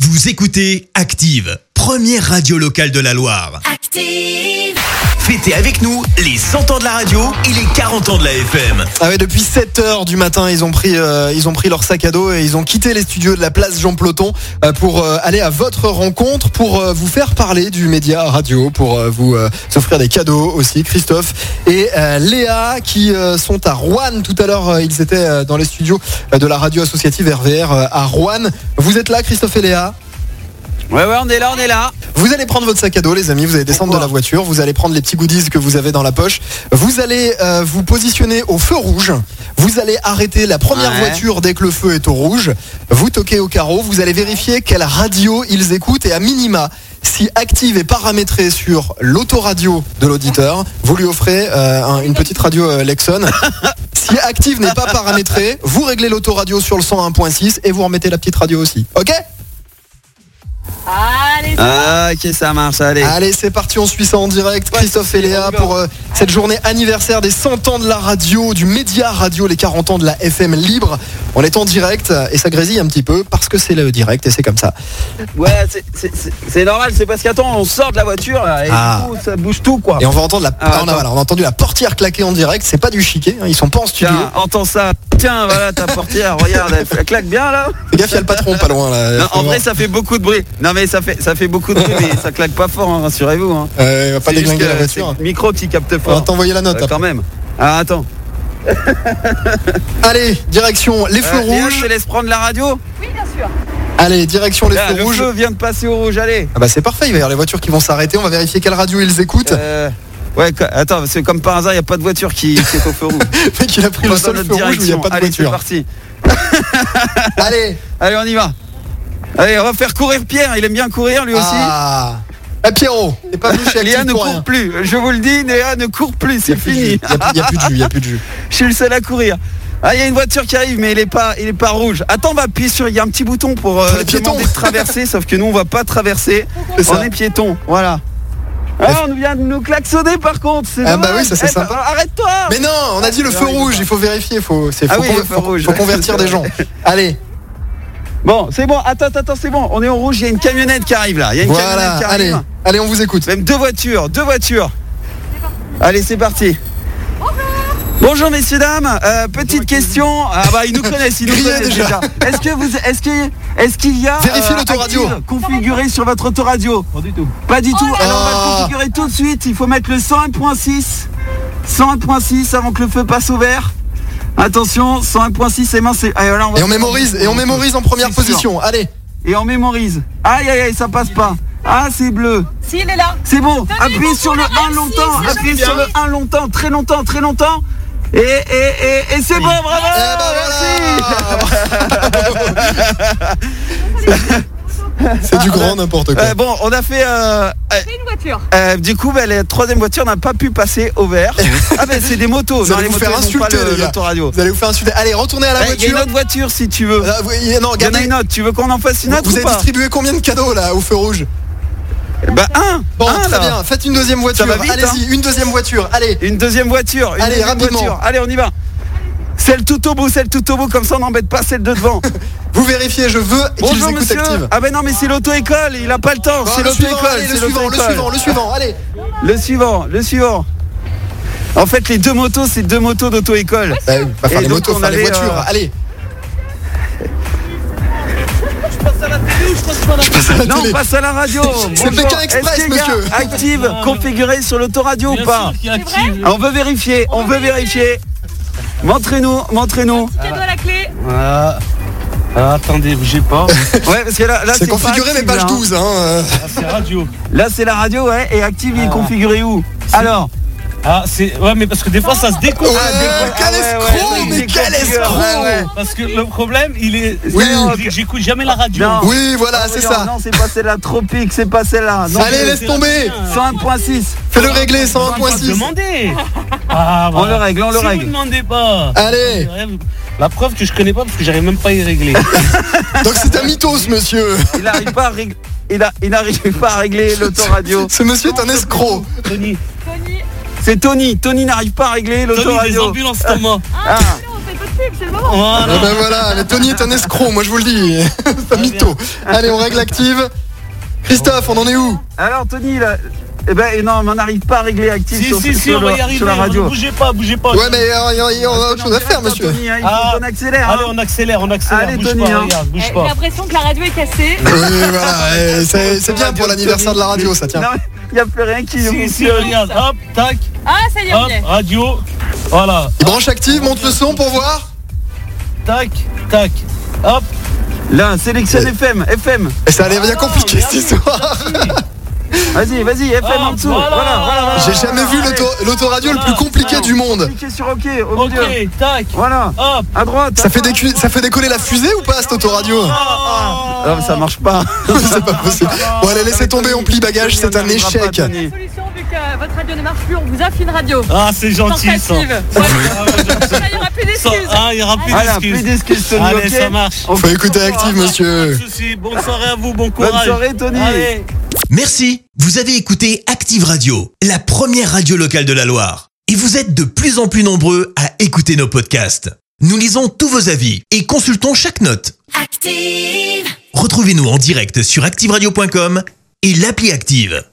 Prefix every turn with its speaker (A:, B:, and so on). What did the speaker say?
A: Vous écoutez Active, première radio locale de la Loire.
B: Active.
A: Fêtez avec nous les 100 ans de la radio et les 40 ans de la FM.
C: Ah ouais, depuis 7 heures du matin, ils ont pris, euh, ils ont pris leur sac à dos et ils ont quitté les studios de la place Jean Ploton euh, pour euh, aller à votre rencontre, pour euh, vous faire parler du média radio, pour euh, vous euh, offrir des cadeaux aussi. Christophe et euh, Léa qui euh, sont à Rouen tout à l'heure. euh, ils étaient euh, dans les studios euh, de la radio associative RVR euh, à Rouen. Vous êtes là, Christophe et Léa
D: Ouais, ouais, on est là, on est là.
C: Vous allez prendre votre sac à dos, les amis. Vous allez descendre
D: Pourquoi
C: de la voiture. Vous allez prendre les petits goodies que vous avez dans la poche. Vous allez euh, vous positionner au feu rouge. Vous allez arrêter la première
D: Ouais.
C: voiture dès que le feu est au rouge. Vous toquez au carreau. Vous allez vérifier quelle radio ils écoutent et à minima. Si active et paramétrée sur l'autoradio de l'auditeur, vous lui offrez euh, un- une petite radio euh, Lexon. Si active n'est pas paramétrée, vous réglez l'autoradio sur le 101.6 et vous remettez la petite radio aussi. Ok
B: Allez,
D: Ah, ok, ça marche, allez.
C: Allez, c'est parti, on suit ça en direct. Christophe et Léa
D: on y va.
C: pour euh, cette journée anniversaire des 100 ans de la radio, du média radio, les 40 ans de la FM libre. On est en direct euh, et ça grésille un petit peu parce que c'est le direct et c'est comme ça.
D: Ouais, c'est- c'est- c'est c'est normal, c'est parce qu'attends, on sort de la voiture là, et
C: Ah.
D: du coup, ça bouge tout quoi.
C: Et on va entendre la,
D: Ah,
C: ah, on, a,
D: attends.
C: voilà, on a entendu la portière claquer en direct, c'est pas du chiquet, hein, ils sont pas en studio.
D: Tiens, entends ça. Tiens, voilà ta portière, regarde, elle, elle claque bien là.
C: Fais gaffe, il y a le patron pas loin là.
D: Non,
C: faut
D: en vrai,
C: voir.
D: ça fait beaucoup de bruit. Non, mais ça fait, ça fait beaucoup de bruit, mais ça claque pas fort, hein, rassurez-vous. Hein.
C: Euh, il va pas
D: C'est juste
C: déglinguer la
D: que
C: voiture.
D: c'est le micro qui capte
C: On va
D: fort.
C: t'envoyer la note.
D: Euh, quand
C: après.
D: même. Ah, attends.
C: Allez, direction les feux
D: Euh, Léa, je
C: rouges.
D: te laisse prendre la radio.
B: oui, bien sûr.
C: Allez, direction les
D: Là,
C: feux
D: le
C: rouges.
D: feu vient de passer au rouge, allez.
C: Ah bah c'est parfait, il va y avoir les voitures qui vont s'arrêter, on va vérifier quelle radio ils écoutent.
D: Euh, ouais, quoi- attends, parce que comme par hasard, il n'y a pas de voiture qui, qui est au feu rouge.
C: Le mec il a pris le
D: Pas dans
C: seul
D: notre
C: feu rouge où il n'y a
D: direction.
C: pas de
D: allez, c'est
C: voiture.
D: parti.
C: Allez
D: Allez, on y va. Allez, on va faire courir Pierre. Il aime bien courir lui aussi.
C: Ah, Ah, Pierrot, t'es pas venu chez
D: Léa
C: Active
D: ne
C: pour
D: court
C: rien.
D: plus. Je vous le dis, Léa ne court plus.
C: Il
D: C'est
C: n'y a, plus de
D: fini.
C: jus, y a plus- y a plus de jus, y a plus de jus.
D: Je suis le seul à courir. Ah, il y a une voiture qui arrive, mais il est pas, il est pas rouge. Attends, on va appuyer sur. Il y a un petit bouton pour, euh,
C: Pour les piétons.
D: demander de traverser, sauf que nous, on va pas traverser.
C: C'est ça. Eh,
D: On est piétons. Voilà. Ah, on vient de nous klaxonner par contre. c'est
C: Ah, bah
D: dommage.
C: oui, ça, c'est
D: Eh, bah,
C: sympa.
D: Arrête-toi.
C: Mais non, on a dit le
D: Non,
C: feu
D: il est
C: rouge,
D: pas.
C: il faut vérifier, faut, c'est,
D: Ah
C: faut,
D: oui,
C: conver-
D: le feu
C: faut-
D: rouge,
C: faut
D: ouais,
C: convertir
D: c'est
C: des gens.
D: vrai.
C: Allez,
D: Bon, c'est bon. Attends, attends, c'est bon. On est en rouge. Il y a une camionnette qui arrive là. Il y a une
C: voilà,
D: camionnette qui arrive.
C: allez, allez, on vous écoute.
D: Même deux voitures, deux voitures. Allez, c'est parti. Bonjour messieurs dames, Euh, petite question. Ah bah ils nous connaissent, ils nous
C: Criez
D: connaissent
C: déjà.
D: déjà. Est-ce que vous est-ce que est-ce qu'il y a euh,
C: Vérifiez l'autoradio.
D: active configuré sur votre autoradio Pas du tout. Pas du tout. Alors on va le
C: Ah.
D: configurer tout de suite. Il faut mettre le 101.6. 101.6 avant que le feu passe au vert. Attention, 101.6 et mince. Allez, voilà, va-
C: Et on mémorise, et on mémorise en première
D: C'est sûr.
C: position. Allez, Eh
D: Et on mémorise. Aïe aïe aïe, ça passe pas. Ah, c'est bleu.
B: Si, il est là.
D: C'est bon,
B: Tenez,
D: appuyez
B: attention,
D: sur le
B: le
D: 1
B: M6,
D: longtemps,
B: c'est
D: appuyez
B: bien.
D: sur le 1 longtemps, très longtemps, très longtemps. Et, et, et, et c'est bon, bravo
C: Eh ben
D: Ah,
C: voilà. C'est du grand n'importe
D: merci.
C: quoi.
D: Euh, Bon, on a fait... euh, euh,
B: C'est une voiture.
D: euh, du coup, bah, la troisième voiture n'a pas pu passer au vert. Ah ben c'est des motos,
C: Vous
D: non,
C: allez
D: les
C: vous
D: motos
C: faire
D: elles ont pas
C: insulter,
D: le-
C: les gars.
D: l'autoradio.
C: Vous allez vous faire insulter. Allez, retournez à la
D: Ouais, Il y a
C: voiture.
D: une autre voiture Euh, si tu veux.
C: Ah, oui, non,
D: Il y en a
C: regardez.
D: une autre, tu veux qu'on en fasse une autre
C: Vous
D: ou
C: avez
D: pas
C: distribué combien de cadeaux là au feu rouge
D: Bah un,
C: Bon,
D: un,
C: très
D: là.
C: bien. Faites une deuxième voiture.
D: va vite, hein.
C: Allez-y, une deuxième voiture. Allez.
D: Une deuxième voiture. Une
C: Allez,
D: deuxième
C: rapidement.
D: voiture. Allez, on y va. Celle tout au bout, celle tout au bout, comme ça on n'embête pas celle de devant.
C: Vous vérifiez, je veux qu'ils
D: Bonjour
C: écoutent
D: monsieur.
C: Active.
D: Ah ben non mais c'est l'auto-école, il a pas le temps,
C: Bon,
D: c'est
C: Bah, le suivant,
D: l'auto-école,
C: allez,
D: c'est Bah,
C: le suivant, le
D: l'auto-école.
C: suivant, le suivant, allez. Bah,
D: Le suivant, le suivant. En fait les deux motos, c'est deux motos d'auto-école.
C: Bah, oui, pas faire
D: Et
C: les
D: donc,
C: motos,
D: on
C: faire les
D: avait,
C: voitures,
D: euh,
C: allez. Je passe à la télé ou je passe pas à la télé
D: Non, on passe à la radio.
C: C'est
D: Bonjour.
C: Pékin Express,
D: Est-ce qu'il y a
C: monsieur.
D: Active, configurée sur l'autoradio ou
E: Bien
D: pas Ah,
E: sûr qu'il y a active.
D: On veut vérifier, on veut vérifier. Montrez-nous, montrez-nous.
E: bah.
B: Cadeau à la clé.
E: Ah, ah, attendez, bougez pas.
D: Ouais, parce que là, là,
C: C'est
D: pas
C: configuré mais
D: active, là,
C: page
D: hein.
C: 12 hein. euh.
E: Ah, c'est radio.
D: Là, c'est la radio, ouais. Et Active, il est configuré où Alors
E: Ah, c'est. Ouais, mais parce que des fois, ça se découpe.
C: Ouais,
D: ah, des fois-
C: quel
D: ah, ouais,
C: escroc,
D: ouais,
C: mais
D: des
C: quel
D: configures,
C: escroc
D: ouais, ouais.
E: Parce que le problème, il est.
C: Oui.
E: c'est- J'écoute jamais la radio.
D: Non.
C: Oui, voilà,
D: Ah,
C: c'est
D: voyons,
C: ça.
D: Non, c'est pas celle-là, Tropique, c'est pas celle-là. Non,
C: Allez,
D: c'est-
C: laisse tomber.
D: 101.6.
E: Ah.
C: Fais-le régler
E: On va pas
C: 101.6.
E: demander. Ah,
D: On le règle, on le
E: si
D: règle.
E: Vous demandez pas.
C: Allez.
E: La preuve que je connais pas parce que j'arrive même pas à y régler.
C: Donc c'est un mythos monsieur.
D: Il n'arrive pas à régler. Il, a- il n'arrive pas à régler l'autoradio.
C: Ce monsieur est un escroc.
E: Tony,
B: Tony.
D: C'est Tony. Tony n'arrive pas à régler
E: Tony des
D: l'autoradio.
E: ambulances Thomas.
B: Ah,
D: Ah.
B: on fait pas de
F: pub, c'est le moment.
E: Voilà.
C: Eh ben voilà, mais Tony est un escroc, moi je vous le dis. C'est un mytho.
D: Ah,
C: Allez, on règle active. Christophe, on en est où
D: Alors Tony, là, eh ben non, mais on n'arrive pas à régler actif
E: Si,
D: sur,
E: si, si,
D: sur
E: on va
D: le-
E: y arriver.
D: sur la
E: Ne
D: radio.
E: bougez pas, bougez pas.
C: Ouais, mais euh, il y a- il y a autre chose à faire, monsieur.
D: Tony, hein, il faut
E: Ah.
D: qu'on accélère.
E: Allez,
D: hein.
E: on accélère, on accélère.
D: Allez,
E: bouge
D: Tony,
E: pas,
D: hein.
E: regarde,
F: Eh,
E: bouge
F: J'ai
E: pas.
F: l'impression que la radio est cassée.
C: Oui, voilà, eh, c'est c'est bien pour l'anniversaire de la radio, ça tient.
D: Non, il n'y a plus rien qui
E: Si, si, regarde. Hop, tac,
F: Ah, ça y est, on
E: hop,
F: y est.
E: radio. Voilà,
C: Il branche active, monte le son pour voir.
E: tac, tac. Hop.
D: Là, sélectionne FM, FM.
C: Et Eh, ça allait bien
D: Ah,
C: compliqué cette histoire.
D: Vas-y, vas-y, FM en dessous.
E: Ah, voilà.
D: Voilà, voilà, voilà.
C: J'ai jamais vu
D: Allez,
C: l'auto- l'autoradio le plus
D: Ah,
C: compliqué du monde.
D: Cliquez sur OK, au
E: Ok,
D: milieu.
E: tac.
D: Voilà,
E: Hop.
D: à droite.
C: Ça fait, décu- ça fait décoller la fusée ou pas cette autoradio
D: Ah, mais ça marche pas.
C: C'est pas possible. Bon allez, laissez tomber, on plie bagage, c'est un
D: Ah, Tony, on n'arrivera
C: échec.
D: pas, Tony.
F: Solution, vu que votre radio ne marche plus, on vous affine radio.
E: Ah, c'est gentil ça.
F: Tentative.
E: Ah, ouais, j'aime ça.
F: Il n'y aura plus
E: Ça-
F: d'excuses.
E: Ah, il y aura plus
D: Voilà, plus
E: d'excuses.
D: d'excuses, Tony.
E: Allez,
D: ok
E: ça marche.
D: On
C: Faut
D: fait
C: écouter
D: toujours,
C: active,
D: hein.
E: Pas de
C: monsieur.
E: soucis. Bonne soirée à vous, bon
D: Bonne
E: courage.
D: soirée, Tony.
E: Allez.
A: Merci, vous avez écouté Active Radio, la première radio locale de la Loire. Et vous êtes de plus en plus nombreux à écouter nos podcasts. Nous lisons tous vos avis et consultons chaque note.
B: Active.
A: Retrouvez-nous en direct sur activeradio.com et l'appli Active.